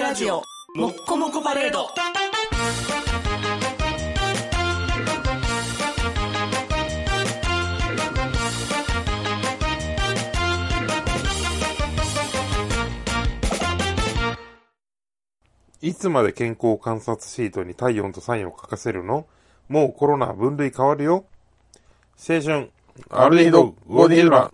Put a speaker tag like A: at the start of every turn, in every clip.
A: ラジオもっこもこパレード
B: いつまで健康観察シートに体温とサインを書かせるのもうコロナ分類変わるよ。青春、アルデヒド、ゴディルラ。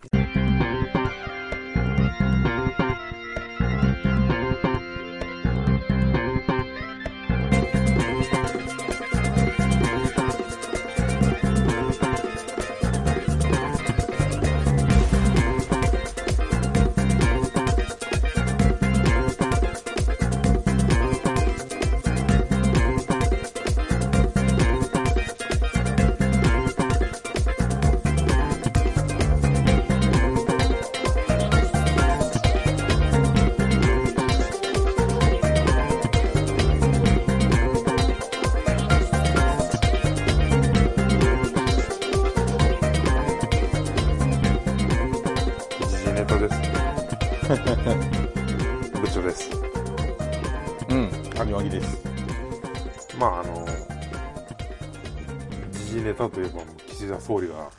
B: 時事ネタです。 部長です。
C: うん、岩木です。
B: まああの、時事ネタといえばもう岸田総理が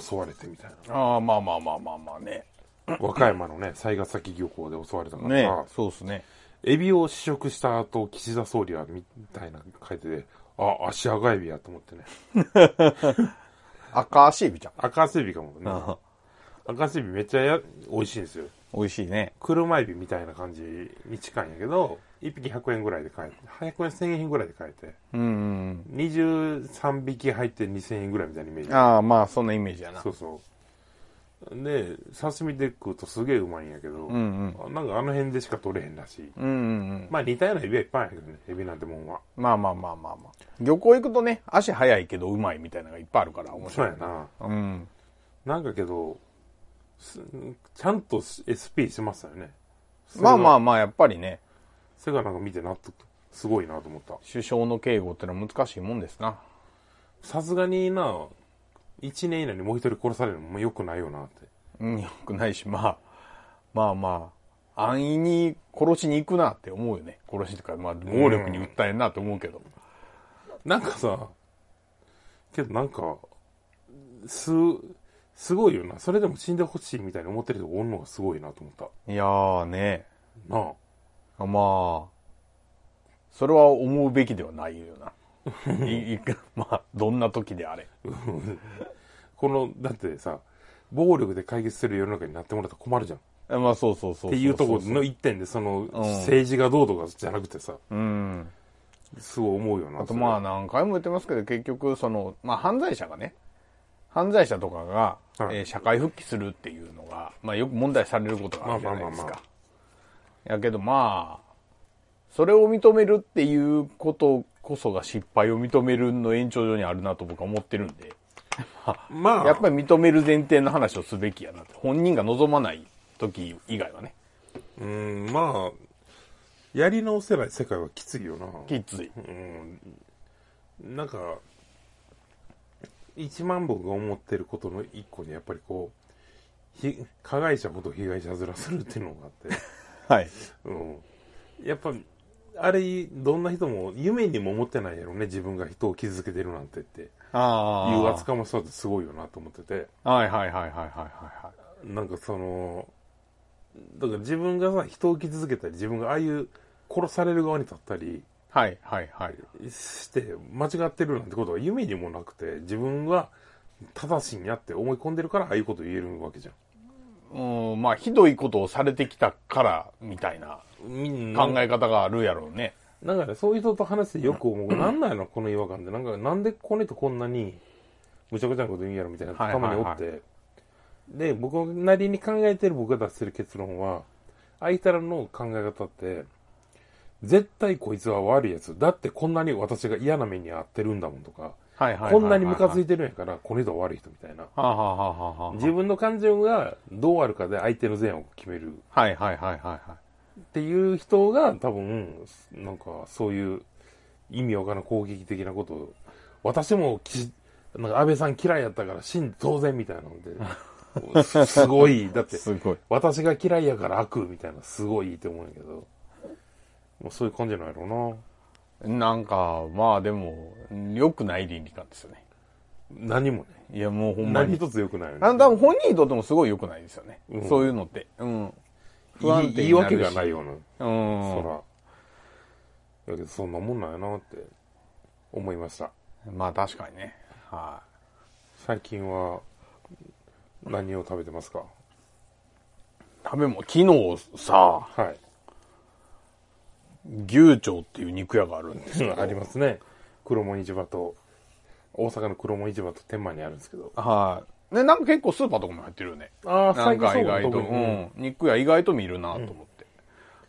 B: 襲われてみたい
C: ああ、まあまあまあまあまあね。
B: な。和歌山のね、雑賀崎漁港で襲われたからさ、
C: ねそうですね。
B: エビを試食した後、岸田総理はみたいな書いてて、あ、足赤エビやと思ってね。
C: 赤足エビじゃん。
B: 赤セビかもね。赤セビめっちゃや美味しいんですよ。
C: 美味しいね。
B: 車エビみたいな感じに近いんやけど、1匹100円ぐらいで買えて、100円1000円ぐらいで買えて、
C: うんうん
B: 23匹入って2000円ぐらいみたいなイメー
C: うん。
B: ジ。
C: ああ、まあそんなイメージやな
B: そ。うそう。で、刺身で食うとすげえうまいんやけど、
C: うんうん。
B: あなんかあの辺でしか取れへんらしい。
C: うんうんうん。
B: まあ似たようなエビはいっぱいあるけどね、エビなんてもんは。
C: まあまあまあまあまあ。漁港行くとね、足早いけどうまいみたいなのがいっぱいあるから面
B: そう
C: 白い
B: や。な。
C: うん。
B: なんかけど、すちゃんと SP してましたよね。
C: まあま
B: あ。
C: あまあ、やっぱりね、
B: それがなんか見て納得、すごいなと思った。
C: 首相の警護ってのは難しいもんですな。
B: さすがにな、1年以内にもう一人殺されるのも良くないよなって。
C: うん、よくないし、まあ、まあまあ、安易に殺しに行くなって思うよね。殺しとか、まあ、暴力に訴えんなって思うけど。
B: なんかさ、けどなんか、す、すごいよな。それでも死んでほしいみたいに思ってる人がおんのがすごいなと思った。
C: いやーね。
B: なあ。
C: まあ、それは思うべきではないよ な。いいまあ、どんな時であれ。
B: この、だってさ、暴力で解決する世の中になってもらったら困るじゃん。っ
C: まあ、そうそうそうそうそう。
B: ていうところの一点で、その、政治がどうとかじゃなくてさ、
C: うん。
B: すごい思うよな。
C: あと
B: それ
C: まあ何回も言ってますけど結局その、まあ、犯罪者がね犯罪者とかが、
B: はい
C: えー社会復帰するっていうのが、まあ、よく問題されることがあるじゃないです
B: まあまあまあま
C: か。やけどまあそれを認めるっていうことこそが失敗を認めるの延長上にあるなと僕は思ってるんで
B: まあ、
C: やっぱり認める前提の話をすべきやなって本人が望まない時以外はね
B: うーん、まあ、やり直せない世界はきついよな。
C: きつい。
B: なんか、一万僕が思ってることの一個に、やっぱりこう、ひ加害者ほど被害者面するっていうのがあ って、
C: はい、
B: うん。やっぱ、あれ、どんな人も、夢にも思ってないやろね、自分が人を傷つけてるなんてって。
C: あ
B: いう
C: ー
B: 扱いもそうだってすごいよなと思ってて。
C: はいはいはいはいはいはい。
B: なんかその、だから自分がさ、人を傷つけたり、自分がああいう殺される側に立ったり
C: はいはいはい。
B: して、間違ってるなんてことは夢にもなくて、自分は正しいんやって思い込んでるから、ああいうこと言えるわけじゃん。
C: うん、まあ、ひどいことをされてきたから、みたいな
B: みんな
C: 考。え方があるやろうね。
B: だからそういう人と話してよく思う。なんなんやろ、この違和感って。なんか、なんでこの人こんなに、むちゃくちゃなこと言うんやろみたいな、
C: はい
B: たまにおって。
C: は
B: で、僕なりに考えてる僕が出してる結論は、あいたらの考え方って、絶対こいつは悪いやつ。だってこんなに私が嫌な目に遭ってるんだもんとか、
C: はいはいはいはい
B: こんなにムカつい
C: て。
B: てるんやから、この人は悪い人みたいな。
C: はあ、はあはあはあは
B: 自分の感情がどうあるかで相手の善悪を決める
C: あ、はいはいはいはいはい。
B: っていう人が多分、なんかそういう意味わからん攻撃的なことを、私も岸なんか安倍さん嫌いやったから死んで当然みたいなので、すす ごい、だって、
C: すごい。
B: 私が嫌いやから悪みたいな、すごいいいと思うんやけど、まあそういう感じなんやろう
C: なんか、まあでも、良くない倫理観ですよね。
B: な。何もね。
C: いや、もうほんま
B: 何
C: に。
B: 一つ良くないよ
C: あの、
B: ね。
C: 多分本人にとってもすごい良くないですよね。
B: うん
C: そういうのって。うん。
B: 不安定言い
C: なるし
B: 訳がないような。
C: うん。
B: そら。だけど、そんなもんなんやなって思いました。
C: まあ確かにね。は
B: 最近は、何を食べてますか
C: い。食べも、昨日さ、
B: はい。
C: 牛腸っていう肉屋があるんですよ。
B: ありますね。黒門市場と、大阪の黒門市場と天満にあるんですけど。
C: はい。ね、なんか結構スーパーとかも入ってるよね。
B: ああ、
C: なん
B: 最近
C: か
B: そう
C: 意
B: だ
C: 外と、
B: 特
C: う
B: にうん
C: ん、肉屋意外と見るなと思って。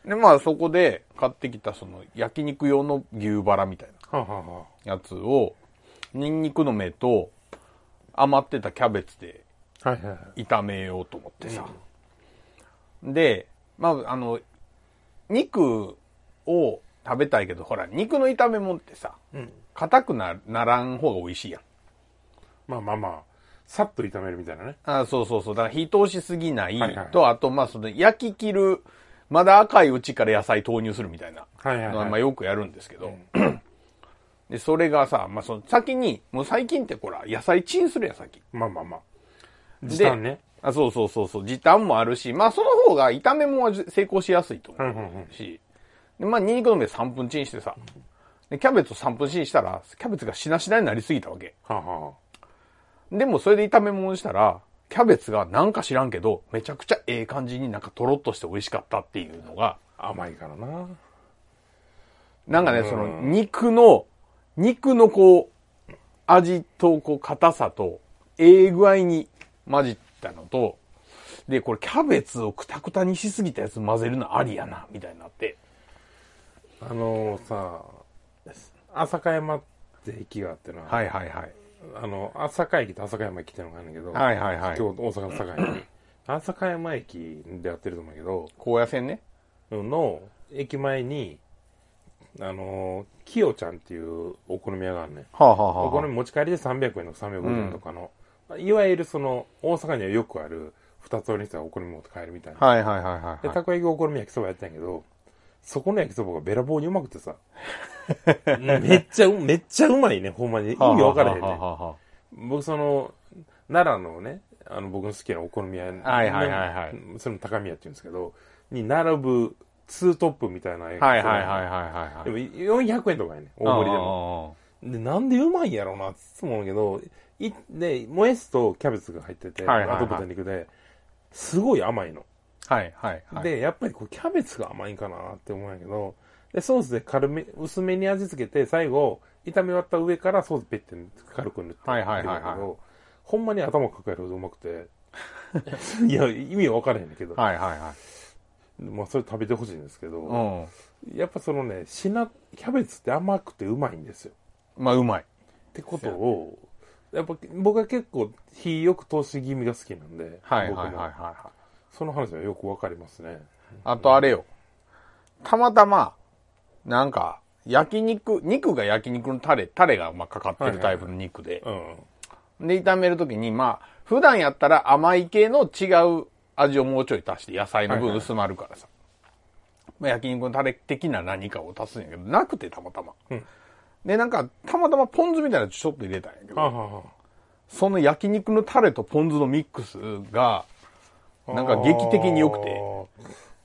C: で、まあそこで買ってきたその焼肉用の牛バラみたい
B: はあはあは
C: なやつを、ニンニクの芽と余ってたキャベツで
B: あはいはいはい。
C: 炒めようと思ってさ。で、まああの、肉を食べたいけど、ほら、肉の炒め物ってさ、
B: うん。
C: 硬くなならん方が美味しいやん。
B: まあまあまあ、さっと炒めるみたいなね。
C: あそうそうそう。だから火通しすぎないと、
B: はいはいはい
C: あと、まあ、その焼き切る、まだ赤いうちから野菜投入するみたいな
B: はいはいはい
C: のはまあよくやるんですけど、 で、それがさ、まあ、その先に、もう最近ってほら、野菜チンするやん、先。
B: まあまあまあ。
C: で
B: 時短ね。。
C: あ、そうそうそうそう。時短もあるし、まあ、その方が炒め物は成功しやすいと
B: うん
C: 思
B: うんうん
C: う。し、で、まあ、ニンニクの芽3分チンしてさ、で、キャベツを3分チンしたら、キャベツがしなしなになりすぎたわけ。
B: はあは
C: でもそれで炒め物したら、キャベツがなんか知らんけど、めちゃくちゃええ感じになんかとろっとして美味しかったっていうのが、
B: あ。甘いからな。
C: なんか
B: う
C: ね、
B: ん
C: その肉の、肉のこう、味とこう硬さと、ええ具合に混じったのと、で、これキャベツをクタクタにしすぎたやつ混ぜるのありやな、みたいになって。
B: あのさ、朝霞山って駅があってな、
C: はいはいはい。
B: あの、朝霞駅と朝霞山駅っていうのがあるんだけど、
C: はいはいはい。
B: 今日大阪の境に、朝霞山駅でやってると思うんだけど、
C: 高野線ね。
B: の駅前に、あの、きよちゃんっていうお好み屋があるねん。
C: はあ、はあは
B: お好み持ち帰りで300円とか350円とかの、いわゆるその、大阪にはよくある、二つ折りにしたお好み持って帰るみたいな。
C: はいはいはいは
B: で、たこ焼きお好み焼きそばやってたんやけど、そこの焼きそばがべらぼうにうまくて さ。めっちゃう、めっちゃうまいね、ほんまに。意味分からへんね。僕その、奈良のね、あの僕の好きなお好み屋、
C: はいはいはいはい
B: それの高宮って言うんですけど、に並ぶツートップみたいな焼きそば。
C: はいはいはいはいはい。
B: でも400円とかやね、大盛りでも。
C: も。
B: で、なんでうまいんやろうなっていつも思うけど、い、で、もやしとキャベツが入ってて、
C: はいはいはい
B: あと豚肉で、すごい甘いの。
C: はいはいはい。
B: で、やっぱりこうキャベツが甘いんかなって思うんやけど、で、ソースで軽め、薄めに味付けて、最後、炒め終わった上からソースペッて軽く塗って
C: はいはいはいはい
B: やるんだけどほんまに頭抱えるほどうまくて、 いや、意味は分からへんねんけど、
C: はいはいはい。
B: まあそれ食べてほしいんですけ
C: う
B: ど、
C: ん。
B: やっぱそのね、しな、キャベツって甘くてうまいんですよ。
C: まあ、うまい。
B: ってことを、やっぱ僕は結構火よく通し気味が好きなんで、
C: はいはいはい
B: 僕
C: はい
B: も。その話はよくわかりますね。
C: あとあれよ。たまたま、なんか、焼肉、肉が焼肉のタレ、タレがまあかかってるタイプの肉で。
B: うん。
C: で、炒めるときに、まあ、普段やったら甘い系の違う味をもうちょい足して、野菜の
B: はいは
C: 分
B: い
C: 薄まるからさ。まあ、焼肉のタレ的な何かを足すんやけど、なくてたまたま。
B: うん
C: で、なんか、たまたまポン酢みたいなのちょっと入れたんやけど
B: は。あ、はあはあ
C: その焼肉のタレとポン酢のミックスが、なんか劇的に良くて、
B: あ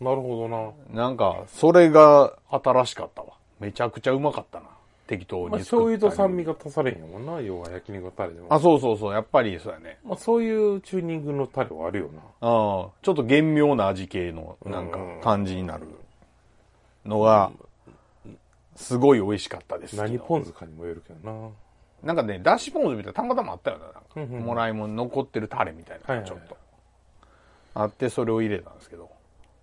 B: ー。なるほどな。
C: なんか、それが新しかったわ。めちゃくちゃうまかったな。適当に
B: まあ、
C: 作った
B: 醤油と酸味
C: が。
B: が足されへんもんな、要は焼肉のタレでも。
C: あ、そうそうそう。やっぱりそうやね。
B: まあ、そういうチューニングのタレはあるよな。
C: うん。ちょっと厳妙な味系の、なんか
B: うん、
C: 感じになるのが、すごい美味しかったですけど。
B: 何ポン酢かにもよるけどな。は
C: なんかね、だしポン酢みたいな、たまたまあったよな。なん
B: うん
C: か
B: うん
C: もらいもん残ってるタレみたい
B: はいは
C: な、
B: い
C: ちょっと。あって、それを入れたんですけど、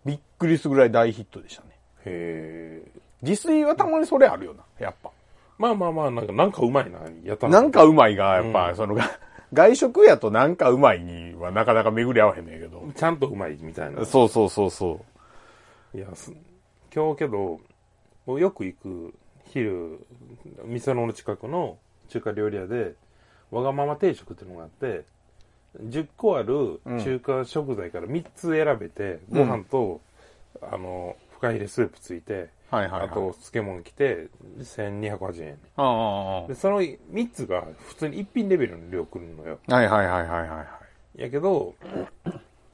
C: びっくりするぐらい大ヒットでしたね。
B: へえ。
C: 自炊はたまにそれあるよな、やっぱ。
B: まあまあまあ、なんか、なんかうまいな、やたら
C: なん、かうまいが、やっぱ、その、 が外食やとなんかうまいにはなかなか巡り合わへんねんけど。
B: ちゃんとうまいみたいな。
C: そうそうそうそ
B: いや、す今日けど、もうよく行く昼、店の近くの中華料理屋で、わがまま定食っていうのがあって、10個ある中華食材から3つ選べて、ご飯と、あの、フカヒレスープついて、
C: はいはいはい。
B: あと、漬物来て、1280円ね。
C: ああ、あ
B: で、その3つが普通に一品レベルの量来るのよ。
C: あはいはいはいはいはい。
B: やけど、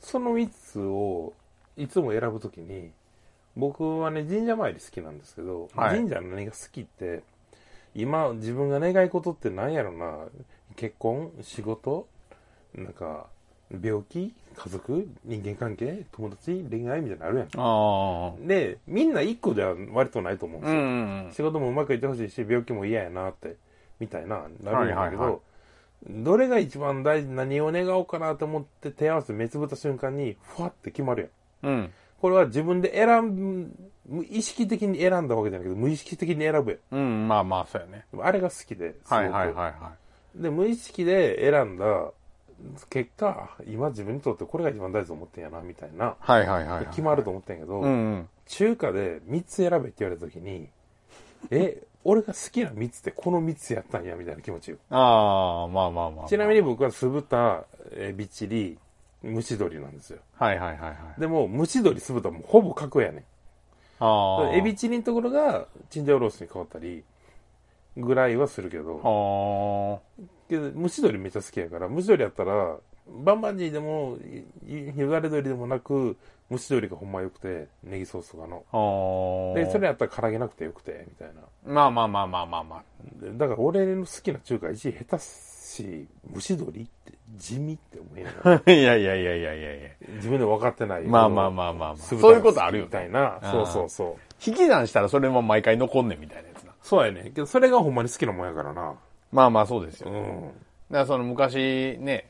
B: その3つをいつも選ぶときに、僕はね、神社参り好きなんですけど、
C: はい
B: 神社の何が好きって、今自分が願い事って何やろな、結婚、仕事、なんか、病気、家族、人間関係、友達、恋愛みたいなのあるや
C: ああ。
B: ん。で、みんな1個では割とないと思うんです
C: う
B: よ。
C: ん。
B: 仕事もうまくいってほしいし、病気も嫌やなって、みたいな、なるんだけど、
C: はいはいはい
B: どれが一番大事、何を願おうかなと思って手合わせ目つぶった瞬間に、ふわって決まるやん。
C: うん。
B: これは自分で選ぶ、意識的に選んだわけじゃないけど、無意識的に選ぶやん
C: うん。まあまあ、そうやね。。
B: でもあれが好きで、すごく
C: はいはいはいは
B: で、無意識で選んだ結果、今自分にとってこれが一番大事と思ってんやな、みたいな。
C: い。はいはいはい、はい。
B: 決まると思ってんやけど、
C: うんうん。
B: 中華で3つ選べって言われた時に、え、俺が好きな3つってこの3つやったんや、みたいな気持ちよ。
C: ああ、まあまあまあ、
B: ちなみに、僕は酢豚、えーびっちり、蒸し鶏なんですよ。
C: はいはいはいはい。
B: でも、蒸し鶏、酢豚もほぼ格やねん。だ
C: あ
B: か
C: あ。
B: らエビチリのところが、チンジャオロースに変わったり、ぐらいはするけ
C: あ
B: ど、
C: あ。
B: けど蒸し鶏めっちゃ好きやから、蒸し鶏やったら、バンバンジーでも、いいよだれ鶏でもなく、蒸し鶏がほんま良くて、ネギソースとかの。
C: ああ。
B: で、それやったら唐揚げなくてよくて、みたいな。
C: まあまあまあまあまあまあ。
B: でだから俺の好きな中華一位下手し、蒸し鶏って地味って思いながら、
C: いやいやいやいやいやいや。
B: 自分で分かってない。
C: まあまあまあまあまあ。
B: 酢豚
C: そういうことあるよ
B: みたい
C: ね。
B: な。
C: あー
B: そうそうそう。
C: 引き算したらそれも毎回残んねんみたいなやつな。
B: そうやね。けどそれがほんまに好きなもんやからな。
C: まあまあそうですよ。
B: う
C: だか
B: ん。
C: らその昔ね、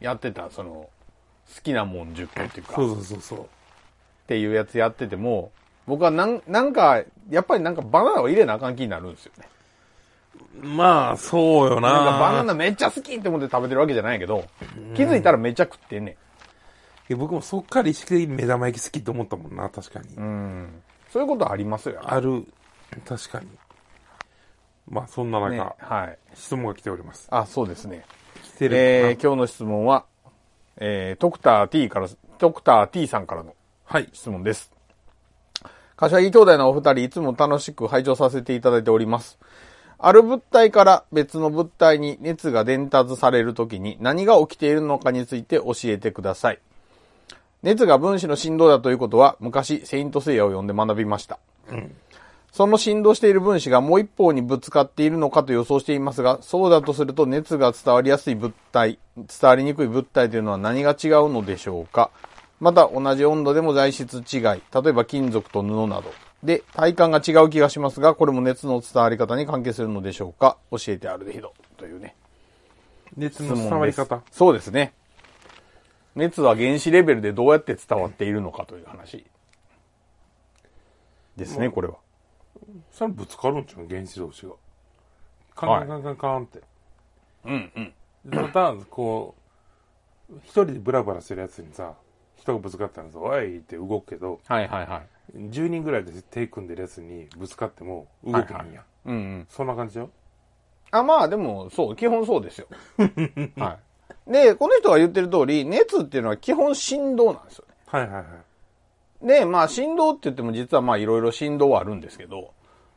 C: やってたその、好きなもん10個っていうか、
B: そうそうそうそう。
C: っていうやつやってても、僕はなん、なんか、やっぱりなんかバナナを入れなあかん気になるんですよね。
B: まあ、そうよな。
C: なんかバナナめっちゃ好きって思って食べてるわけじゃないけど、気づいたらめっちゃ食ってんねん。
B: いや僕もそっから意識的に目玉焼き好きって思ったもんな、確かに。
C: うん。そういうことありますよ。
B: ある、確かに。まあ、そんな中、
C: ね、はい。
B: 質問が来ております。
C: あ、そうですね。
B: 来てるかな
C: えー今日の質問は、えー、ドクター T から、ドクター T さんからの
B: はい。
C: 質問です。柏木兄弟のお二人、いつも楽しく拝聴させていただいております。ある物体から別の物体に熱が伝達されるときに何が起きているのかについて教えてください。熱が分子の振動だということは昔、セイントセイヤを読んで学びました。その振動している分子がもう一方にぶつかっているのかと予想していますが、そうだとすると熱が伝わりやすい物体、伝わりにくい物体というのは何が違うのでしょうかまた同じ温度でも材質違い、例えば金属と布など。で、体感が違う気がしますが、これも熱の伝わり方に関係するのでしょうか教えてアルデヒド。というね。
B: 熱
C: 質
B: の
C: 問です
B: 伝わり方。
C: そうですね。熱は原子レベルでどうやって伝わっているのかという話。ですね、これは。
B: それぶつかるんちゃう原子同士が。カンカンカンカンカンって。
C: うんうん。
B: でまた、こう、一人でブラブラしてるやつにさ、人がぶつかったらさ、おいって動くけど、
C: はいはいはい。
B: 10人ぐらいで手組んでるやつにぶつかっても動くんやん。
C: はいはいうんうん。
B: そんな感じよ。
C: あ、まあでも、そう、基本そうですよ。 はい。で、この人が言ってる通り、熱っていうのは基本振動なんですよ
B: はいはいはい。
C: ね。で、まあ振動って言っても実はまあいろいろ振動はあるんですけど、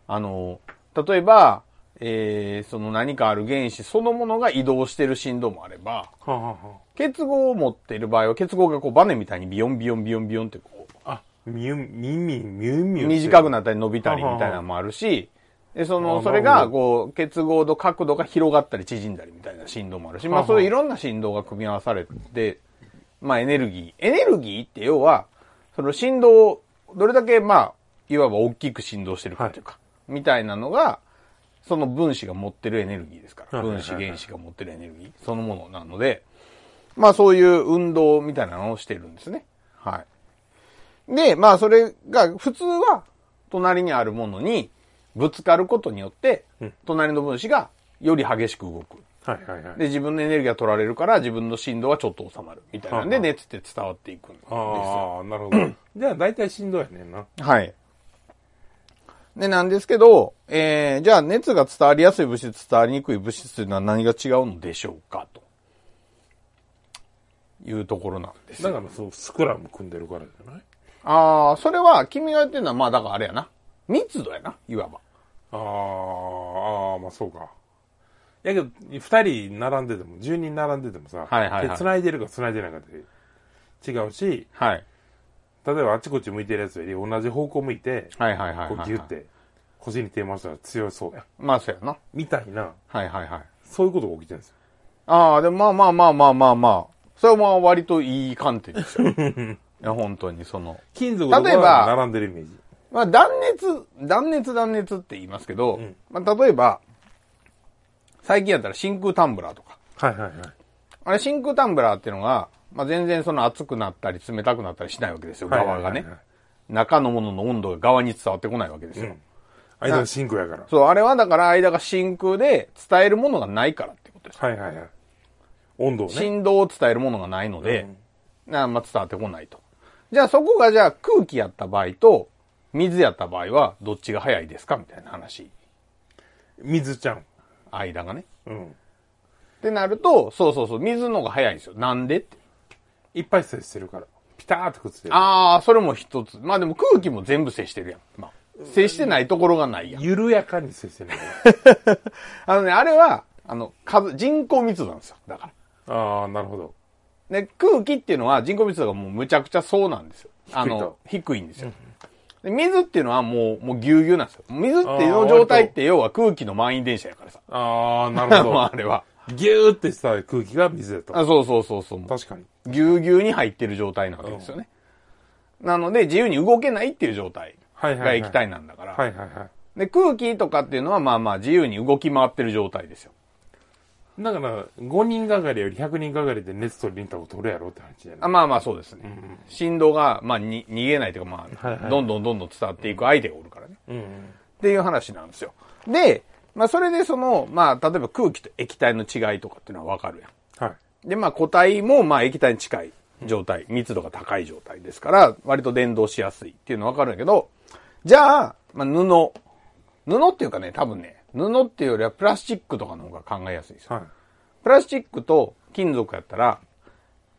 C: あの、例えば、えー、その何かある原子そのものが移動してる振動もあれば、
B: はあ、はあは
C: 結合を持っている場合は結合がこうバネみたいにビヨンビヨンビヨンビヨンってこう、
B: あ、みゆ、みみ、みゆみゆ。
C: 短くなったり伸びたりみたいなのもあるし、で、そ
B: あ
C: の、
B: ー
C: それ
B: な
C: が、
B: る
C: こう、結合と角度が広がったり縮んだりみたいな振動もあるし、ま
B: は
C: あ
B: は
C: そういういろんな振動が組み合わされて、まあエネルギー。エネルギーって要は、その振動を、どれだけまあ、いわば大きく振動してるかというか、みたいなのが、その分子が持ってるエネルギーですから、
B: はいはいは
C: 分
B: い
C: 子原子が持ってるエネルギーそのものなので、まあそういう運動みたいなのをしてるんですね。はい。で、まあそれが、普通は、隣にあるものにぶつかることによって、隣の分子がより激しく動く。
B: はいはいはい。
C: で、自分のエネルギーが取られるから、自分の振動はちょっと収まる。みたいなんで、
B: はあは
C: 熱って伝わっていくんですよ。
B: ああ、なるほど。 じゃあ大体しんどいねんな。
C: はい。で、なんですけど、えー、じゃあ熱が伝わりやすい物質、伝わりにくい物質というのは何が違うのでしょうか、というところなんですよ
B: だからそう、スクラム組んでるからじゃない
C: ああ、それは、君が言ってるのは、まあ、だからあれやな。密度やな、いわば。
B: あーあー、まあそうか。やけど、二人並んでても、十人並んでてもさ、
C: はいはいはい
B: 手繋いでるか繋いでないかって違うし、
C: はい。
B: 例えばあっちこっち向いてるやつより同じ方向向いて、
C: はいはいはいはい、
B: こうギュッ。て、腰に手回したら強そうや。
C: まあそうやな。
B: みたいな、
C: はいはいはい。
B: そういうことが起きてるんですよ。
C: ああ、でもまあまあまあまあまあまあ。それはまあ割といい観点 ですよ。いや、本当にその。
B: 金属とか
C: 例えば
B: 並んでるイメージ。
C: まあ断熱、断熱断熱って言いますけど、
B: ん
C: まあ例えば、最近やったら真空タンブラーとか。
B: はいはいはい。
C: あれ真空タンブラーっていうのが、まあ全然その熱くなったり冷たくなったりしないわけですよ、側が
B: はいはい
C: ね
B: はいはい。
C: 中のものの温度が側に伝わってこないわけですよ。
B: うん間がシンクやから。
C: そう、あれはだから間が真空で伝えるものがないからってことです。
B: はいはいはい。温度をね。
C: 振動を伝えるものがないので、なあんま伝わってこないと。じゃあそこがじゃあ空気やった場合と、水やった場合はどっちが早いですかみたいな話。
B: 水ちゃん。
C: 間がね。
B: うん。
C: ってなると、そうそうそう、水の方が早いんですよ。なんでって。
B: いっぱい接してるから。ピターってくっついてる。
C: ああ、それも一つ。まあでも空気も全部接してるやん。まあ、接してないところがないやん。
B: 緩やかに接してるから。
C: あのね、あれは、あの、数、人口密度なんですよ。だから。
B: ああ、なるほど。
C: で、空気っていうのは人口密度がもうむちゃくちゃそうなんですよ。あの、低いんですよ。で水っていうのはもう、もうぎゅうぎゅうなんですよ。水っていうの状態って要は空気の満員電車やからさ。
B: ああ、なる ほ
C: まああ
B: ど。
C: れは。
B: ギューってした空気が水だと。
C: あそうそうそうそう。も
B: 確かに。
C: うぎゅうぎゅうに入ってる状態なわけですよね。なので、自由に動けないっていう状態
B: はいはいは
C: が
B: い
C: 液体なんだから。
B: はいはいは
C: で、空気とかっていうのはまあまあ自由に動き回ってる状態ですよ。
B: い。だから、5人がかりより100人がかりで熱取りに行ったこと取るやろって話じゃな
C: あ
B: い
C: まあまあそうですね。振動が、まあに逃げないというかまあ、
B: はいはい
C: どんどんどんどん伝わっていく相手がおるからね。
B: うんうん。
C: っていう話なんですよ。で、まあそれでその、まあ例えば空気と液体の違いとかっていうのはわかるや
B: はい。
C: ん。で、まあ固体もまあ液体に近い状態、密度が高い状態ですから、割と伝導しやすいっていうのはわかるんやけど、じゃあ、まあ布。布っていうかね、多分ね、布っていうよりはプラスチックとかの方が考えやすいんですよ。
B: はい。
C: プラスチックと金属やったら、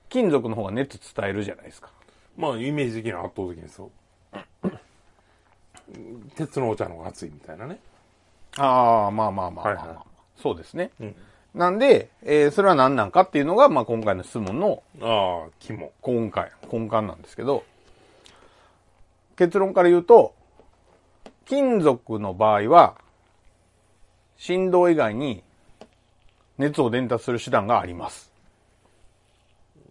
C: 金属の方が熱伝えるじゃないですか。
B: まあ、イメージ的には圧倒的にそう。鉄のお茶の方が熱いみたいなね。
C: ああ、まあまあまあまあ、ま
B: は
C: あ
B: いはい
C: そうですね。
B: ん
C: なんで、えーそれは何なんかっていうのが、まあ今回の質問の
B: ああ、肝。
C: 根幹、根幹なんですけど、結論から言うと、金属の場合は、振動以外に熱を伝達する手段があります。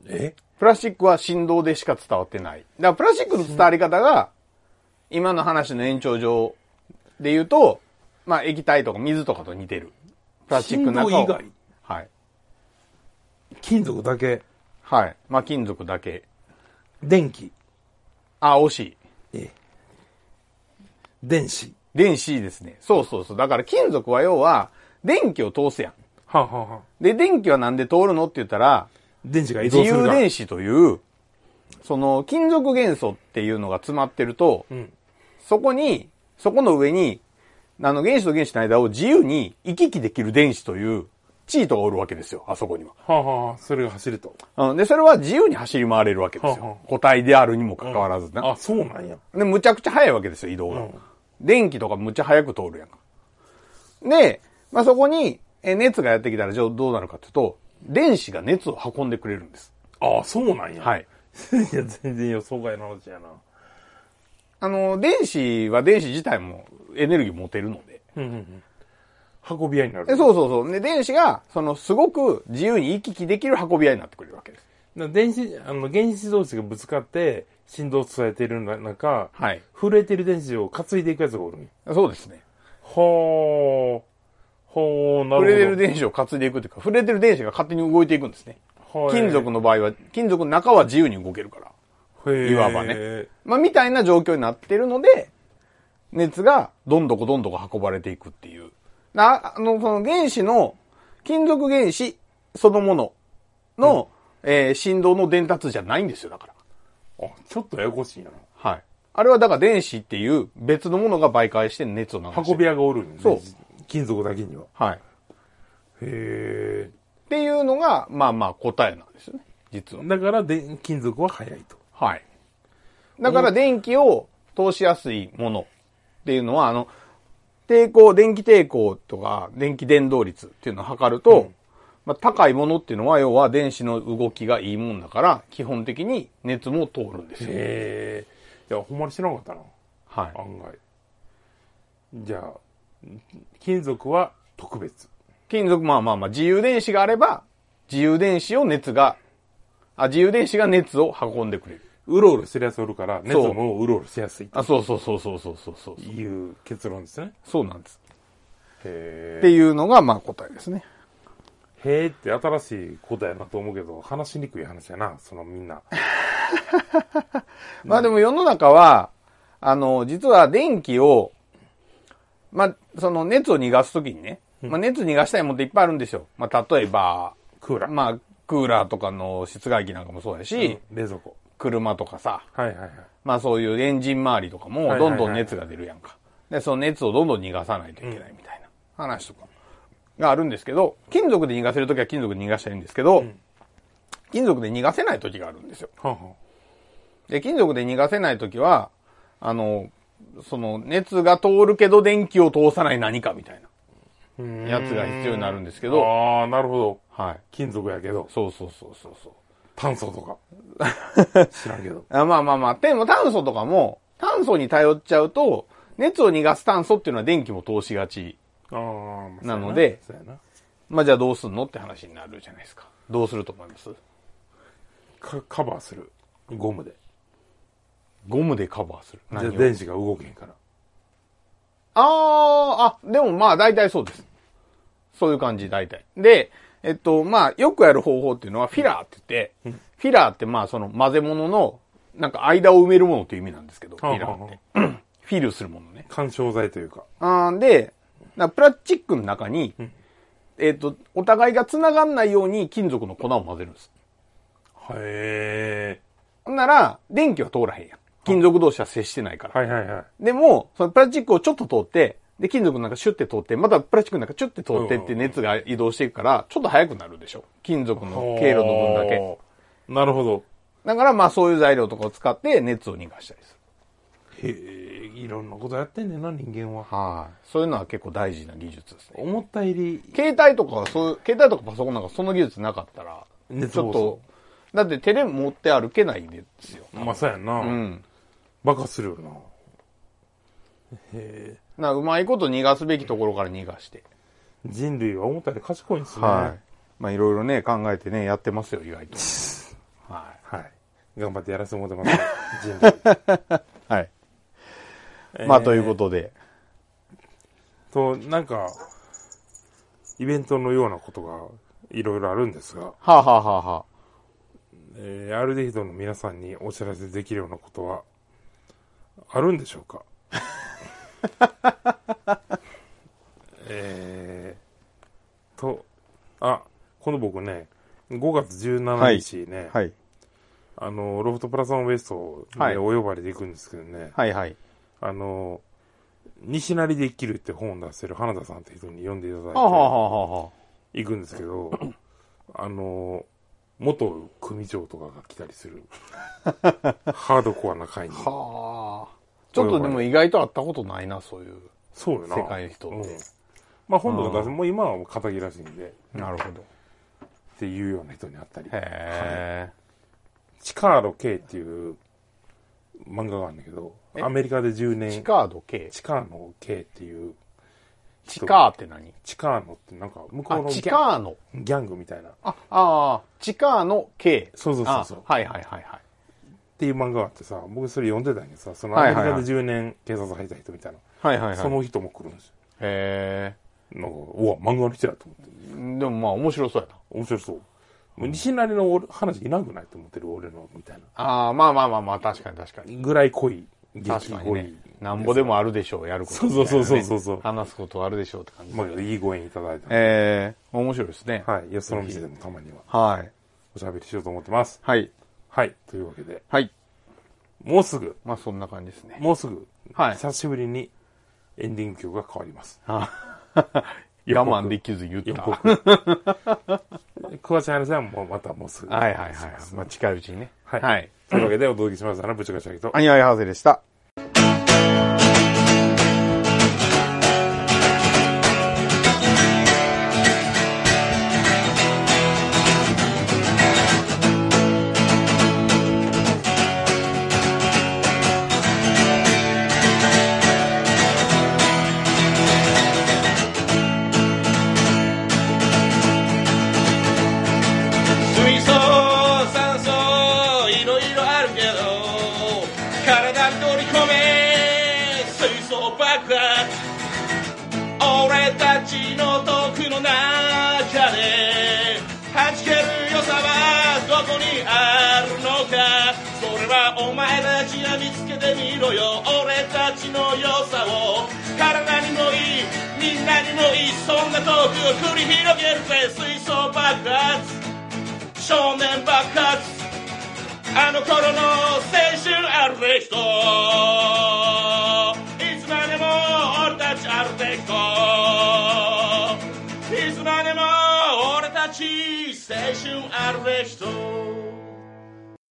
B: え
C: プラスチックは振動でしか伝わってない。だからプラスチックの伝わり方が、今の話の延長上で言うと、まあ液体とか水とかと似てる。プラスチックの中を
B: 振動以外
C: はい。
B: 金属だけ。
C: はい。まあ金属だけ。
B: 電気。
C: あ、惜しい。
B: 電子。
C: 電子ですね。そうそうそう。だから金属は要は、電気を通すやん。
B: はあ、はあはあ、
C: で、電気はなんで通るのって言ったら、
B: 電子が移
C: 自
B: 動する
C: 由
B: から。
C: 電子という、その金属元素っていうのが詰まってると、
B: ん
C: そこに、そこの上に、あの原子と原子の間を自由に行き来できる電子というチートがおるわけですよ、あそこには。
B: はあ、はあはあ、それが走ると。
C: うん、で、それは自由に走り回れるわけで
B: は
C: す
B: あは
C: よ。個体であるにもかかわらずな。
B: あ、そうなんや。
C: で、むちゃくちゃ速いわけですよ、移動が。電気とかむちゃ速く通るやんか。で、まあ、そこにえ熱がやってきたらじゃあどうなるかというと、電子が熱を運んでくれるんです。
B: ああ、そうなんや。
C: は。い。
B: いや、全然予想外の話やな。
C: あの、電子は電子自体もエネルギー持てるので。
B: うんうんうん。運び屋になる。
C: でそうそうそう。で、電子が、その、すごく自由に行き来できる運び屋になってくれるわけです。
B: な電子、あの、原子同士がぶつかって、振動を伝えている中、
C: はい
B: 震えてる電子を担いでいくやつがおるんや
C: そうですね。
B: ほー。ほー、なるほど。
C: 触れてる電子を担いでいくというか、触れてる電子が勝手に動いていくんですね。
B: はい
C: 金属の場合は、金属の中は自由に動けるから。
B: へー
C: いわばね。まあ、みたいな状況になってるので、熱がどんどこどんどこ運ばれていくっていう。な、あの、その原子の、金属原子そのものの、えー振動の伝達じゃないんですよ、だから。
B: あ、ちょっとややこしいな。
C: はい。あれはだから電子っていう別のものが媒介して熱を流して
B: 運び
C: る。
B: 屋がおるんやね
C: そう
B: 金属だけには。
C: はい。っ
B: へ
C: ていうのが、まあまあ答えなんですよね。実は
B: ー。。だから、で、金属は早いと。
C: はい。だから電気を通しやすいものっていうのは、あの、抵抗、電気抵抗とか、電気伝導率っていうのを測ると、まあ、高いものっていうのは、要は電子の動きがいいもんだから、基本的に熱も通るんですよ。
B: へえ。いや、ほんまに知らなかったな。
C: はい。
B: 案外。じゃあ、金属は特別。
C: 金属、まあまあまあ、自由電子があれば、自由電子を熱が、あ、自由電子が熱を運んでくれる。
B: うろうろしてるやつおるから、熱もうろうろしやすい
C: あ、そうそうそうそうそうそうそう。
B: という結論ですね。
C: そうなんです。っ
B: へ
C: ていうのが、まあ答えですね。
B: え。へえって新しい答えやなと思うけど、話しにくい話やな、そのみんな。
C: まあでも世の中は、あの、実は電気を、まあ、その熱を逃がすときにね、まあ熱逃がしたいものっていっぱいあるんですよ。まあ例えば、
B: クーラー。
C: まあ、クーラーとかの室外機なんかもそうやし、
B: うん冷蔵庫。
C: 車とかさ、
B: はいはいはい。
C: まあそういうエンジン周りとか
B: は
C: も
B: い
C: どんどん熱が出るやんか。で、その熱をどんどん逃がさないといけないみたいな話とかがあるんですけど、金属で逃がせるときは金属で逃がしたらいいんですけど、金属で逃がせないときがあるんですよ。
B: はんは
C: で、金属で逃がせないときは、あの、その熱が通るけど電気を通さない何かみたい
B: ん
C: なやつが必要になるんですけ
B: ん。
C: ど、
B: ああ、なるほど。
C: はい。
B: 金属やけど、
C: そうそうそうそうそう。
B: 炭素とか。知らんけど。
C: あまあまあまあ、でも炭素とかも、炭素に頼っちゃうと、熱を逃がす炭素っていうのは電気も通しがち。
B: ああ、まあ
C: なので
B: そうやな。
C: まあじゃあどうすんのって話になるじゃないですか。どうすると思います
B: そうやなかカバーする。ゴムで。
C: ゴムでカバーする。
B: じゃあ
C: 何を
B: 電子が動けへんから。
C: あー、あ、でもまあ大体そうです。そういう感じ大体。で、えっと、まあよくやる方法っていうのはフィラーって言って、フィラーってまあその混ぜ物の、なんか間を埋めるものという意味なんですけど、フィラーって。フィルするものね。
B: 干渉剤というか。
C: あーで、なプラスチックの中に、えっ、と、お互いが繋がんないように金属の粉を混ぜるんです。
B: へ
C: ほんなら、電気は通らへんやん。金属同士は接してないから。
B: はいはいはい。
C: でも、そのプラスチックをちょっと通って、で、金属の中シュッて通って、またプラスチックの中チュッて通ってって
B: うん
C: 熱が移動していくから、ちょっと速くなるでしょ。金属の経路の分だけ。
B: ほう。なるほど。
C: だから、まあそういう材料とかを使って熱を逃がしたりする。
B: へえ、いろんなことやってんねんな、人間は。
C: はい。そういうのは結構大事な技術ですね。
B: 思ったより、
C: 携帯とかはそういう、携帯とかパソコンなんかその技術なかったら、
B: 熱
C: ちょ
B: 暴
C: っ
B: 走
C: と、だって手で持って歩けないんですよ。
B: まあ、そうやんな。
C: うん。
B: バカするよな。
C: な、うまいこと逃がすべきところから逃がして。
B: 人類は思ったより賢いんですね。。
C: い。まあいろいろね、考えてね、やってますよ、意外 と。はい
B: はい。頑張ってやらせてもらってます。 人類。
C: い。はい。まあ
B: えー
C: ということで。
B: と、なんか、イベントのようなことが、いろいろあるんですが、
C: はあ、はあはあは
B: えー、アルデヒドの皆さんにお知らせできるようなことは、あるんでしょうか えー、と、あ、この僕ね、5月17日ね、
C: あ、はい。
B: あの、ロフトプラザのウエスト
C: はい
B: でお呼ばれで行くんですけどね、
C: はいはい。
B: あの、西成で生きるって本を出してる花田さんって人に呼んでいただいて、
C: はあ、はあはあはあ。
B: 行くんですけど、あの、元組長とかが来たりす る、ハードコアな会に。
C: はあ。ちょっとでも意外と会ったことないな、そういう。
B: そうよな。
C: 世界の人って
B: うんまあ本土が出す、もう今はもう仇らしいんで、
C: なるほど。
B: っていうような人に会ったり、
C: へえ。
B: チカーロ K っていう漫画があるんだけど、アメリカで10
C: チ
B: 年、
C: カード系。
B: チカーノ K っていう、
C: チカーって何
B: チカーノってなんか向こう
C: あ
B: の、
C: チ
B: ギャ
C: カーノ。
B: ギャングみたいなっ
C: あ、ああ、地下の K。
B: そうそうそうそう
C: あはいはいはいはい。
B: ていう漫画があってさ、僕それ読んでたんやけどさ、そのア
C: は
B: メリ
C: いはいはい
B: カで10年警察入った人みたいな、
C: はいはいはい。
B: その人も来るんですよ。
C: へ
B: なんか、うわ、漫画の人やと思って。
C: え。でもまあ面白そうやな。
B: 面白そう。もう西成の俺話いなくないと思ってる俺の、みたいな。
C: ああ、まあまあまあまあ、確かに確かに。
B: ぐらい濃い、
C: 確かに
B: 濃
C: ね
B: い。。
C: なんぼでもあるでしょう、やること、
B: そうそうそうそうそう
C: 話すことはあるでしょうって感じ。
B: まあ、いいご縁いただいたんで
C: ええ面白いですね。
B: はい。よその店でもたまには
C: はい。
B: おしゃべりしようと思ってます。
C: はい。
B: はい。というわけで、
C: はい。
B: もうすぐ、
C: まあそんな感じですね。
B: もうすぐ、
C: はい
B: 久しぶりにエンディング曲が変わります。
C: あ
B: 予
C: 我
B: 告
C: 慢できず言っ
B: 予
C: た。
B: 告
C: は。
B: クワちゃんやるさんもうまたもうすぐ。
C: いはいはい。まあ近いうちにね。
B: はい。
C: はい。
B: というわけでお届けします。あの、ぶちかしゃぎと。
C: アニワイハーゼでした。
D: ちの毒の中で弾ける良さはどこにあるのかそれはお前たちが見つけてみろよ俺たちの良さを体にもいいみんなにもいいそんなトークを繰り広げるぜ水槽爆発少年爆発あの頃の青春あるべきといつまでも俺たちあるべきといつまでも俺たち青春あるべきと